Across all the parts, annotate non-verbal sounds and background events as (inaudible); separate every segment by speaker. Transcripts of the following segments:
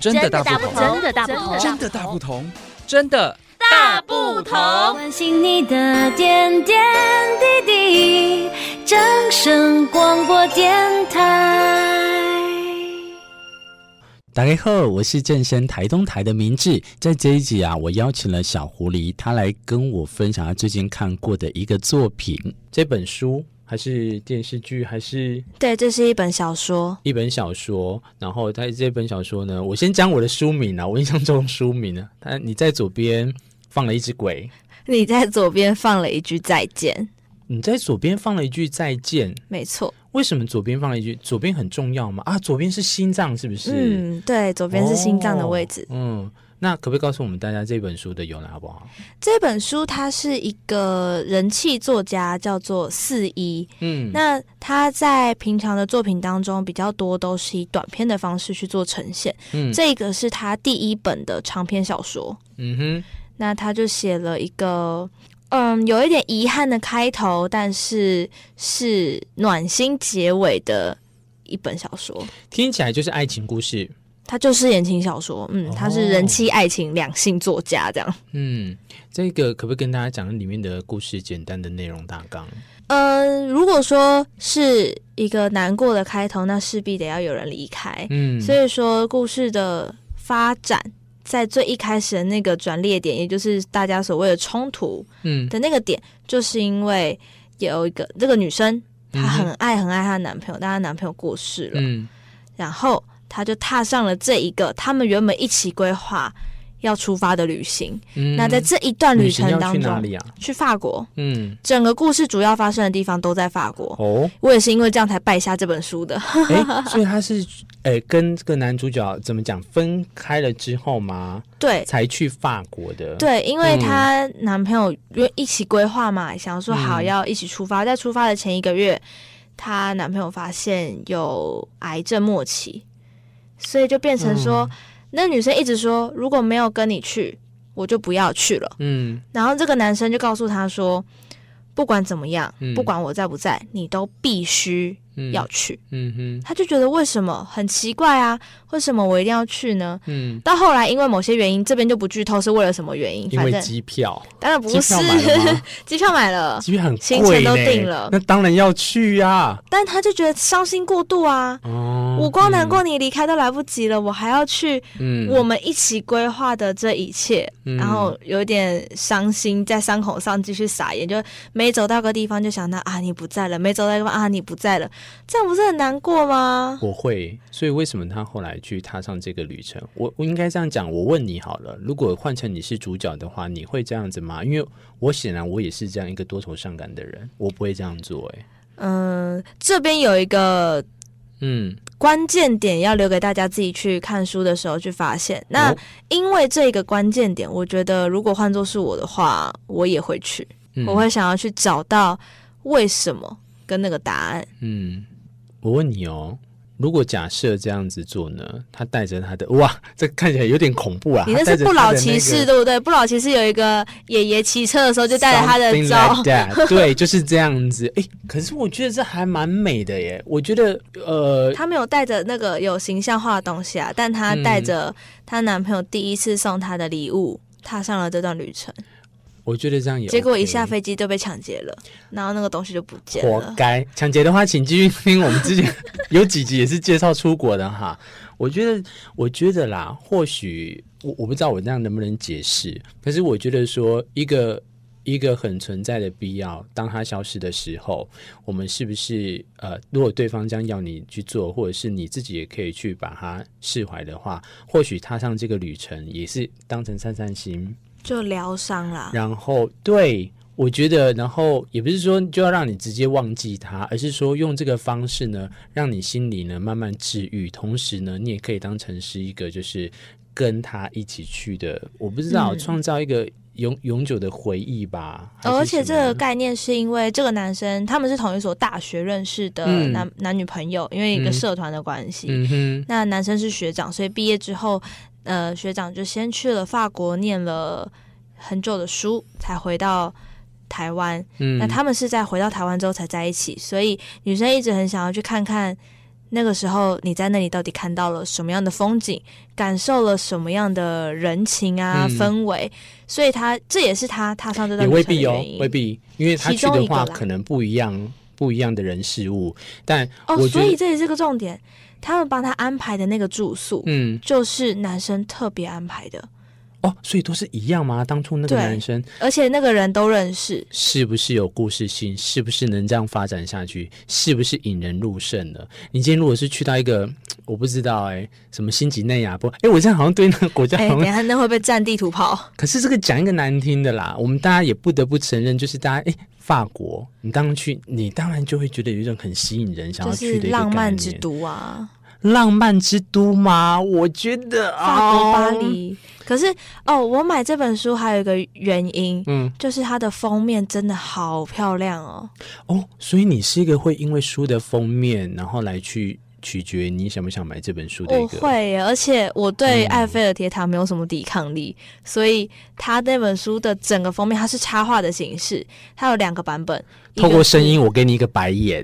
Speaker 1: 真的大不
Speaker 2: 不
Speaker 1: 同，
Speaker 2: 真的大不同，
Speaker 1: 真的大不同，真的
Speaker 2: 大不同。
Speaker 3: 关心你的点点滴滴，掌声广播电台。
Speaker 4: 大家好，我是正声台东台的明志。在这一集啊，我邀请了小狐狸，他来跟我分享他最近看过的一个作品。这本书还是电视剧，还是
Speaker 5: 对，这是一本小说，
Speaker 4: 一本小说。然后他这本小说呢，我先讲我的书名啊，我印象中的书名啊，他你在左边放了一只鬼，
Speaker 5: 你在左边放了一句再见，
Speaker 4: 你在左边放了一句再见。
Speaker 5: 没错，
Speaker 4: 为什么左边放了一句？左边很重要吗？啊，左边是心脏，是不是？
Speaker 5: 嗯，对，左边是心脏的位置。
Speaker 4: 哦嗯，那可不可以告诉我们大家这本书的由来好不好？
Speaker 5: 这本书它是一个人气作家，叫做四一。
Speaker 4: 嗯，
Speaker 5: 那他在平常的作品当中比较多都是以短篇的方式去做呈现，
Speaker 4: 嗯
Speaker 5: 这个是他第一本的长篇小说。
Speaker 4: 嗯哼。
Speaker 5: 那他就写了一个，嗯，有一点遗憾的开头，但是是暖心结尾的一本小说。
Speaker 4: 听起来就是爱情故事。
Speaker 5: 他就是言情小说，嗯，他是人妻
Speaker 4: 哦
Speaker 5: 爱情两性作家这样。
Speaker 4: 嗯，这个可不可以跟大家讲里面的故事简单的内容大纲？
Speaker 5: 嗯，如果说是一个难过的开头，那势必得要有人离开。
Speaker 4: 嗯，
Speaker 5: 所以说，故事的发展在最一开始的那个转捩点，也就是大家所谓的冲突
Speaker 4: 嗯
Speaker 5: 的那个点，就是因为有一个这个女生，她很爱很爱她的男朋友，但她男朋友过世了，
Speaker 4: 嗯
Speaker 5: 然后她就踏上了这一个他们原本一起规划要出发的旅行。
Speaker 4: 嗯
Speaker 5: 那在这一段旅程
Speaker 4: 行要
Speaker 5: 当
Speaker 4: 去
Speaker 5: 中，
Speaker 4: 哪里啊？
Speaker 5: 去法国，
Speaker 4: 嗯，
Speaker 5: 整个故事主要发生的地方都在法国。
Speaker 4: 哦，
Speaker 5: 我也是因为这样才拜下这本书的。 (laughs)
Speaker 4: 哎、所以他是哎、跟这个男主角怎么讲分开了之后嘛，
Speaker 5: 对
Speaker 4: 才去法国的。，
Speaker 5: 对，因为
Speaker 4: 嗯
Speaker 5: 她男朋友约一起规划嘛，想说好
Speaker 4: 嗯
Speaker 5: 要一起出发。在出发的前一个月，她男朋友发现有癌症末期，所以就变成
Speaker 4: 嗯
Speaker 5: 说，那女生一直说如果没有跟你去，我就不要去了。
Speaker 4: 嗯
Speaker 5: 然后这个男生就告诉她说，不管怎么样，
Speaker 4: 嗯
Speaker 5: 不管我在不在，你都必须
Speaker 4: 嗯，
Speaker 5: 要去。
Speaker 4: 嗯哼
Speaker 5: 他就觉得为什么很奇怪啊？为什么我一定要去呢？
Speaker 4: 嗯，
Speaker 5: 到后来，因为某些原因，这边就不剧透是为了什么原因，
Speaker 4: 因
Speaker 5: 反
Speaker 4: 为
Speaker 5: 正
Speaker 4: 机票，
Speaker 5: 当然不
Speaker 4: 机
Speaker 5: 是
Speaker 4: 票买了吗？
Speaker 5: (laughs) 机票买了，
Speaker 4: 机票很
Speaker 5: 行
Speaker 4: 贵
Speaker 5: 程都
Speaker 4: 呢
Speaker 5: 定了
Speaker 4: 那当然要去啊。
Speaker 5: 但他就觉得伤心过度啊！
Speaker 4: 哦，
Speaker 5: 我光难过你离开都来不及了，我还要去
Speaker 4: 嗯，
Speaker 5: 我们一起规划的这一切，
Speaker 4: 嗯
Speaker 5: 然后有点伤心，在伤口上继续撒盐，就每走到个地方就想到啊你不在了，每走到一个地方啊你不在了，这样不是很难过吗？
Speaker 4: 我会，所以为什么他后来去踏上这个旅程？我我应该这样讲，我问你好了，如果换成你是主角的话，你会这样子吗？因为我显然我也是这样一个多愁善感的人，我不会这样做、欸。哎，
Speaker 5: 嗯，这边有一个
Speaker 4: 嗯，
Speaker 5: 关键点要留给大家自己去看书的时候去发现。那
Speaker 4: 哦
Speaker 5: 因为这个关键点，我觉得如果换作是我的话，我也会去，
Speaker 4: 嗯
Speaker 5: 我会，想要去找到为什么跟那个答案。
Speaker 4: 嗯，我问你哦，如果假设这样子做呢？他带着他的，哇，这看起来有点恐怖啊！
Speaker 5: 你那
Speaker 4: 他带
Speaker 5: 是
Speaker 4: 着
Speaker 5: 不
Speaker 4: 他
Speaker 5: 老
Speaker 4: 的
Speaker 5: 骑
Speaker 4: 那
Speaker 5: 士，
Speaker 4: 个
Speaker 5: 对不对？不老骑士有一个爷爷骑车的时候就带
Speaker 4: (laughs)
Speaker 5: 着他的
Speaker 4: Something
Speaker 5: 招。
Speaker 4: like that，对，就是这样子。哎、可是我觉得这还蛮美的耶。我觉得，呃，
Speaker 5: 他没有带着那个有形象化的东西啊，但她带
Speaker 4: 嗯
Speaker 5: 着她男朋友第一次送她的礼物，踏上了这段旅程。
Speaker 4: 我觉得这样也、
Speaker 5: 结果一下。飞机就被抢劫了，然后那个东西就不见
Speaker 4: 活
Speaker 5: 了。
Speaker 4: 该！抢劫的话，请继续听我们之前有几集也是介绍出国的哈。 (laughs) 我觉得，我觉得啦，或许我我不知道我这样能不能解释，可是我觉得说一个一个很存在的必要，当它消失的时候，我们是不是呃，如果对方将要你去做，或者是你自己也可以去把它释怀的话，或许踏上这个旅程也是当成散散心，
Speaker 5: 就疗伤啦。
Speaker 4: 然后对。我觉得，然后也不是说就要让你直接忘记它，而是说用这个方式呢，让你心里呢慢慢治愈，同时呢，你也可以当成是一个就是跟他一起去的，
Speaker 5: 嗯
Speaker 4: 我不知道、创造一个永永久的回忆吧。还是
Speaker 5: 哦而且
Speaker 4: 什
Speaker 5: 这
Speaker 4: 么
Speaker 5: 个概念是因为这个男生他们是同一所大学认识的
Speaker 4: 嗯
Speaker 5: 男、男女朋友，因为一个社团的关系。
Speaker 4: 嗯哼，
Speaker 5: 那男生是学长，所以毕业之后，呃，学长就先去了法国念了很久的书，才回到台湾。
Speaker 4: 嗯，
Speaker 5: 那他们是在回到台湾之后才在一起，所以女生一直很想要去看看那个时候你在那里到底看到了什么样的风景，感受了什么样的人情啊、
Speaker 4: 嗯
Speaker 5: 氛围，所以他这也是他踏上这
Speaker 4: 也
Speaker 5: 段旅
Speaker 4: 未
Speaker 5: 程的
Speaker 4: 必哦
Speaker 5: 原因，
Speaker 4: 未必，因为他
Speaker 5: 其
Speaker 4: 去
Speaker 5: 中
Speaker 4: 的
Speaker 5: 一个
Speaker 4: 话，
Speaker 5: 啦
Speaker 4: 可能不一样，不一样的人事物。但
Speaker 5: 哦，
Speaker 4: 我觉
Speaker 5: 所
Speaker 4: 得，
Speaker 5: 以这也是个重点。他们帮他安排的那个住宿，
Speaker 4: 嗯，
Speaker 5: 就是男生特别安排的，
Speaker 4: 哦，所以都是一样吗？当初那个
Speaker 5: 对
Speaker 4: 男生
Speaker 5: 而且那个人都认
Speaker 4: (laughs)
Speaker 5: 识。
Speaker 4: 是不是有故事性？是不是能这样发展下去？是不是引人入胜的？你今天如果是去到一个我不知道哎、什么新几内亚不？哎、我现在好像对那个国家
Speaker 5: 哎、
Speaker 4: 好
Speaker 5: 等一
Speaker 4: 像，
Speaker 5: 下那会被占地图炮。
Speaker 4: 可是这个讲一个难听的啦，我们大家也不得不承认，就是大家哎、法国，你当然去，你当然就会觉得有一种很吸引人想
Speaker 5: 就
Speaker 4: 要去
Speaker 5: 是
Speaker 4: 的一个
Speaker 5: 浪
Speaker 4: 概
Speaker 5: 漫
Speaker 4: 念
Speaker 5: 之都啊，
Speaker 4: 浪漫之都吗？我觉得
Speaker 5: 法国巴，
Speaker 4: 哦
Speaker 5: 黎。可是哦，我买这本书还有一个原因，
Speaker 4: 嗯，
Speaker 5: 就是它的封面真的好漂亮哦。
Speaker 4: 哦，所以你是一个会因为书的封面，然后来去取决你想不想买这本书的一
Speaker 5: 我
Speaker 4: 个。
Speaker 5: 会耶，而且我对埃菲尔铁塔没有什么抵抗
Speaker 4: 嗯
Speaker 5: 力，所以它那本书的整个封面它是插画的形式，它有两个版本。一
Speaker 4: 透
Speaker 5: 个
Speaker 4: 过
Speaker 5: 是
Speaker 4: 声音，，我给你一个白
Speaker 5: (laughs)
Speaker 4: 眼，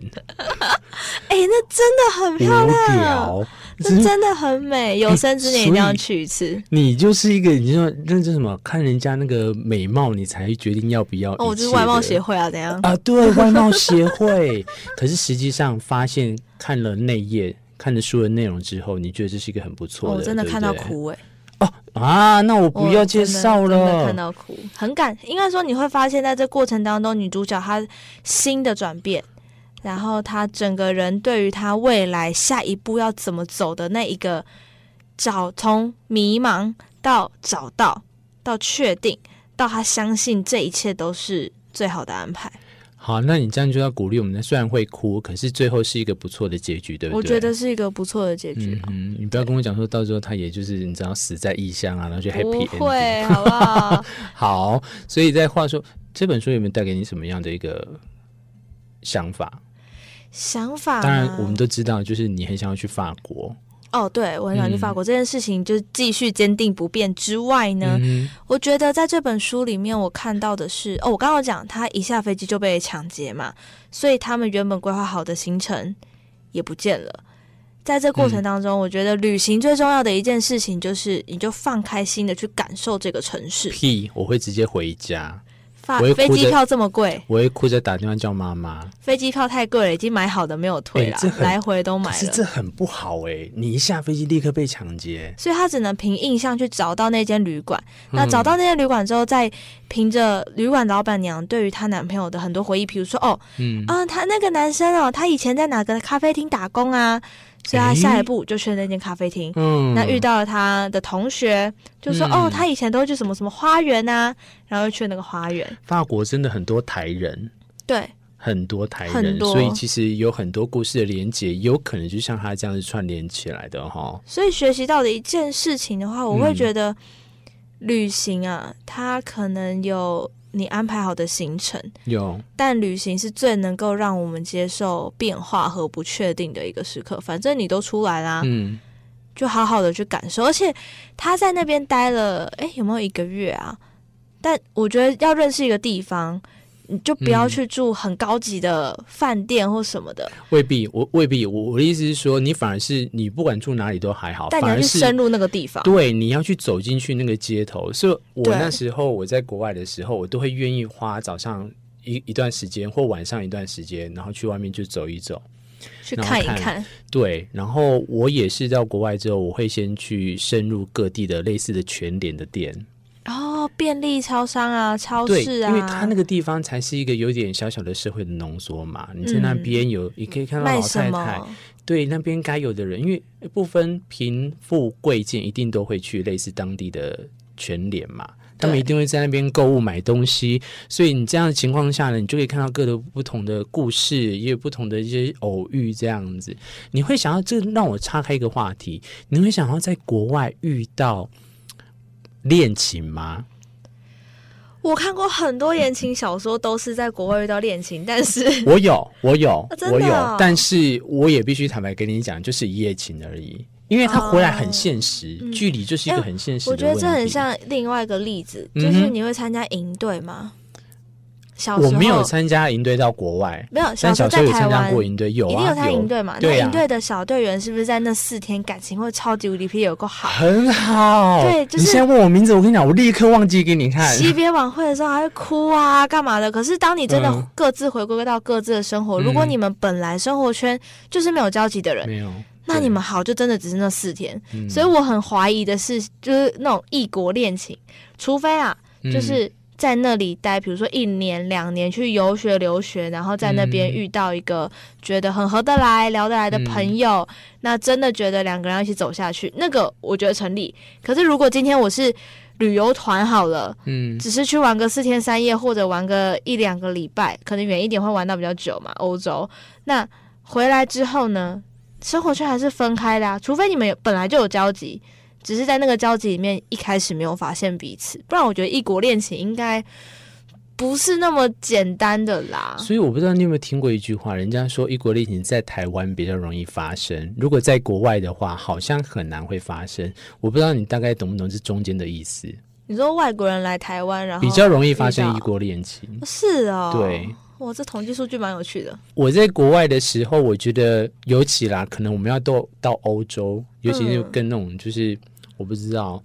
Speaker 5: 哎、那真的很
Speaker 4: 无啊
Speaker 5: 漂亮，
Speaker 4: 聊。
Speaker 5: 那真的很美，有生之年一定
Speaker 4: 所
Speaker 5: 要
Speaker 4: 以
Speaker 5: 去一次。
Speaker 4: 你就是一个，你说那叫什么？看人家那个美貌，你才决定要不要一切的。
Speaker 5: 哦，我就是外貌协会啊，怎样？
Speaker 4: 啊，对外貌协会。 (laughs) 可是实际上发现看了内页，看了书的内容之后，你觉得这是一个很不错
Speaker 5: 哦
Speaker 4: 的，
Speaker 5: 我真的
Speaker 4: 对不
Speaker 5: 看到
Speaker 4: 对
Speaker 5: 哭哎、
Speaker 4: 啊！那我
Speaker 5: 我
Speaker 4: 不要
Speaker 5: 真
Speaker 4: 介
Speaker 5: 的
Speaker 4: 绍
Speaker 5: 真的
Speaker 4: 了
Speaker 5: 看。到哭，很感。应该说你会发现在这过程当中，女主角她心的转变，然后她整个人对于她未来下一步要怎么走的那一个找，从迷茫到找到，到确定，到她相信这一切都是最好的安排。
Speaker 4: 好，那你这样就要鼓励我们，虽然会哭，可是最后是一个不错的结局，对不对？
Speaker 5: 我觉得是一个不错的结局
Speaker 4: 嗯
Speaker 5: 啊、
Speaker 4: 哼，你不要跟我讲说到时候他也就是你知道死在异乡啊，然后就 happy
Speaker 5: 不
Speaker 4: ending。
Speaker 5: 会，好不好？
Speaker 4: 好，所以在话说，这本书有没有带给你什么样的一个想法？
Speaker 5: 想
Speaker 4: (laughs)
Speaker 5: 法
Speaker 4: 当然
Speaker 5: 吗，
Speaker 4: 我们都知道，就是你很想要去法国。
Speaker 5: 哦，对我很想去法国、这件事情，就是继续坚定不变之外呢，
Speaker 4: 嗯
Speaker 5: 我觉得在这本书里面，我看到的是，哦，我刚刚有讲他一下飞机就被抢劫嘛，所以他们原本规划好的行程也不见了。在这过
Speaker 4: 嗯
Speaker 5: 程当中，我觉得旅行最重要的一件事情就是，你就放开心的去感受这个城市
Speaker 4: 哼，。屁！我会直接回家，
Speaker 5: 发
Speaker 4: 我会
Speaker 5: 飞
Speaker 4: 哭
Speaker 5: 机
Speaker 4: 得
Speaker 5: 票这么贵，
Speaker 4: 我会哭着打电话叫妈妈。
Speaker 5: 飞机票太贵了，已经买好的没有退
Speaker 4: 哎
Speaker 5: 了，
Speaker 4: 这很
Speaker 5: 来回都
Speaker 4: 可
Speaker 5: 买
Speaker 4: 是
Speaker 5: 了。
Speaker 4: 这很不好哎、你一下飞机立刻被抢劫。
Speaker 5: 所以他只能凭印象去找到那间旅馆。那
Speaker 4: 嗯
Speaker 5: 找到那间旅馆之后，再凭着旅馆老板娘对于她男朋友的很多回忆，比如说哦，
Speaker 4: 嗯，
Speaker 5: 啊、他那个男生哦，他以前在哪个咖啡厅打工啊，所以他
Speaker 4: 诶
Speaker 5: 下一步就去那间咖啡厅。
Speaker 4: 嗯，
Speaker 5: 那遇到了他的同学，就说、
Speaker 4: 嗯
Speaker 5: 哦，他以前都去什么什么花园啊，然后就去那个花园。
Speaker 4: 法国真的很多台人。
Speaker 5: 对，
Speaker 4: 很多台人，
Speaker 5: 很多
Speaker 4: 所以其实有很多故事的连接，有可能就像他这样子串联起来的哈。
Speaker 5: 所以学习到的一件事情的话，我会
Speaker 4: 嗯
Speaker 5: 觉得旅行啊，它可能有你安排好的行程，
Speaker 4: 有，
Speaker 5: 但旅行是最能够让我们接受变化和不确定的一个时刻。反正你都出来啦，
Speaker 4: 嗯，
Speaker 5: 就好好的去感受。而且他在那边待了，诶，有没有一个月啊？但我觉得要认识一个地方，你就不要
Speaker 4: 嗯
Speaker 5: 去住很高级的饭店或什么的，
Speaker 4: 未必，我未必，我我的意思是说，你反而是你不管住哪里都还好，
Speaker 5: 但
Speaker 4: 反
Speaker 5: 你要
Speaker 4: 而
Speaker 5: 去
Speaker 4: 哦是
Speaker 5: 深入啊那个地方。
Speaker 4: 对，你要去走进去那个街头。所以我
Speaker 5: 对
Speaker 4: 那时候我在国外的时候，我都会愿意花早上一一段时间或晚上一段时间，然后去外面就走一走。
Speaker 5: 去
Speaker 4: 然后
Speaker 5: 看一
Speaker 4: 看
Speaker 5: 看，
Speaker 4: 对，然后我也是到国外之后，我会先去深入各地的类似的全联的店，
Speaker 5: 哦，便利超商啊，超
Speaker 4: 对，
Speaker 5: 市啊，
Speaker 4: 因为它那个地方才是一个有点小小的社会的浓缩嘛。你在那边有，你可以看到
Speaker 5: 嗯卖
Speaker 4: 老
Speaker 5: 什
Speaker 4: 太太
Speaker 5: 么，？
Speaker 4: 对那边该有的人，因为不分贫富贵贱，一定都会去类似当地的全联嘛。他们
Speaker 5: 对
Speaker 4: 一定会在那边购物买东西，所以你这样的情况下呢，你就可以看到各个不同的故事，也有不同的一些偶遇这样子。你会想要，这让我岔开一个话题，你会想要在国外遇到恋情吗？
Speaker 5: 我看过很多言情小说，都是在国外遇到恋情，但是
Speaker 4: (laughs) 我有，我有，
Speaker 5: 真的
Speaker 4: 我有
Speaker 5: 哦，
Speaker 4: 但是我也必须坦白跟你讲，就是一夜情而已。因为他回来很现实，
Speaker 5: 嗯哎
Speaker 4: 距离就是一个很现实的
Speaker 5: 我
Speaker 4: 问题。
Speaker 5: 觉得这很像另外一个例子，
Speaker 4: 嗯
Speaker 5: 就
Speaker 4: 哼
Speaker 5: 是你会参加营队吗？小时
Speaker 4: 我
Speaker 5: 候
Speaker 4: 没有参加营队到国外，
Speaker 5: 没有
Speaker 4: 但
Speaker 5: 小时
Speaker 4: 小
Speaker 5: 候
Speaker 4: 时候
Speaker 5: 在
Speaker 4: 有
Speaker 5: 台
Speaker 4: 参加
Speaker 5: 湾
Speaker 4: 过营队，有
Speaker 5: 一定
Speaker 4: 啊，
Speaker 5: 有参加营队嘛？那
Speaker 4: 对啊
Speaker 5: 营队的小队员是不是在那四天感情会超级无敌霹雳有够好？
Speaker 4: 很好。
Speaker 5: 对就是
Speaker 4: 你现在问我名字，我跟你讲，我立刻忘记给你 (laughs) 看。
Speaker 5: 惜别晚会的时候还会哭啊，干嘛的？可是当你真的
Speaker 4: 嗯
Speaker 5: 各自回归到各自的生活，
Speaker 4: 嗯
Speaker 5: 如果你们本来生活圈就是没有交集的人，
Speaker 4: 没有，
Speaker 5: 那
Speaker 4: 对
Speaker 5: 你们好就真的只是那四天。
Speaker 4: 嗯
Speaker 5: 所以我很怀疑的是，就是那种异国恋情，除非啊，
Speaker 4: 嗯
Speaker 5: 就是在那里待，比如说一年、两年去游学、留学，然后在那边
Speaker 4: 嗯
Speaker 5: 遇到一个觉得很合得来、聊得来的朋友，那真的觉得两个人要一起走下去，那个我觉得成立。可是如果今天我是旅游团好了，
Speaker 4: 嗯，
Speaker 5: 只是去玩个四天三夜，或者玩个一两个礼拜，可能远一点会玩到比较久嘛，欧洲。那回来之后呢，生活圈还是分开的啊，除非你们有本来就有交集，只是在那个交集里面一开始没有发现彼此，不然我觉得异国恋情应该不是那么简单的啦。
Speaker 4: 所以我不知道你有没有听过一句话，人家说异国恋情在台湾比较容易发生，如果在国外的话，好像很难会发生。我不知道你大概懂不懂这中间的意思，
Speaker 5: 你说外国人来台湾，然后
Speaker 4: 比较容易发生
Speaker 5: 遇
Speaker 4: 异
Speaker 5: 到
Speaker 4: 国恋情。
Speaker 5: 是哦，
Speaker 4: 对，
Speaker 5: 哇，这统计数据蛮有趣的，
Speaker 4: 我在国外的时候，我觉得尤其啦，可能我们要到到欧洲，尤其是
Speaker 5: 嗯
Speaker 4: 跟那种就是、我不知道，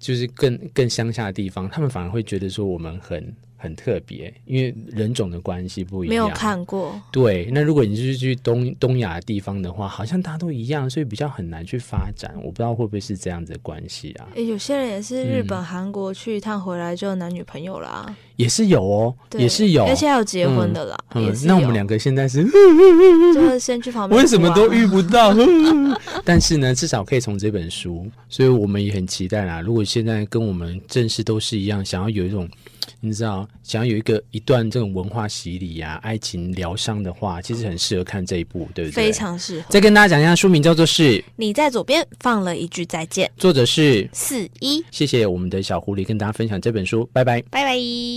Speaker 4: 就是更更乡下的地方，他们反而会觉得说我们很很特别，因为人种的关系不一样。
Speaker 5: 没有看过。
Speaker 4: 对，那如果你是去东东亚地方的话，好像大家都一样，所以比较很难去发展。我不知道会不会是这样子的关系啊，
Speaker 5: 诶有些人也是日
Speaker 4: 嗯
Speaker 5: 本、韩国去一趟回来就有男女朋友啦、
Speaker 4: 也是有哦，
Speaker 5: 对
Speaker 4: 也是有。
Speaker 5: 而且还有结婚的啦，也
Speaker 4: 嗯，
Speaker 5: 是
Speaker 4: 那我
Speaker 5: 有
Speaker 4: 们两个现在是
Speaker 5: 就是先去旁边、啊
Speaker 4: 为什么都？遇不到？ (laughs) 但是呢，至少可以从这本书，所以我们也很期待啦。如果现在跟我们正式都是一样，想要有一种，你知道，想要有一个一段这种文化洗礼啊、爱情疗伤的话，其实很适合看这一部，对不对？
Speaker 5: 非。常适合。
Speaker 4: 再跟大家讲一下，书名叫做是，
Speaker 5: 你在左边放了一句再见，
Speaker 4: 作者是
Speaker 5: 四一，
Speaker 4: 谢谢我们的小狐狸跟大家分享这本书，拜拜。
Speaker 5: 拜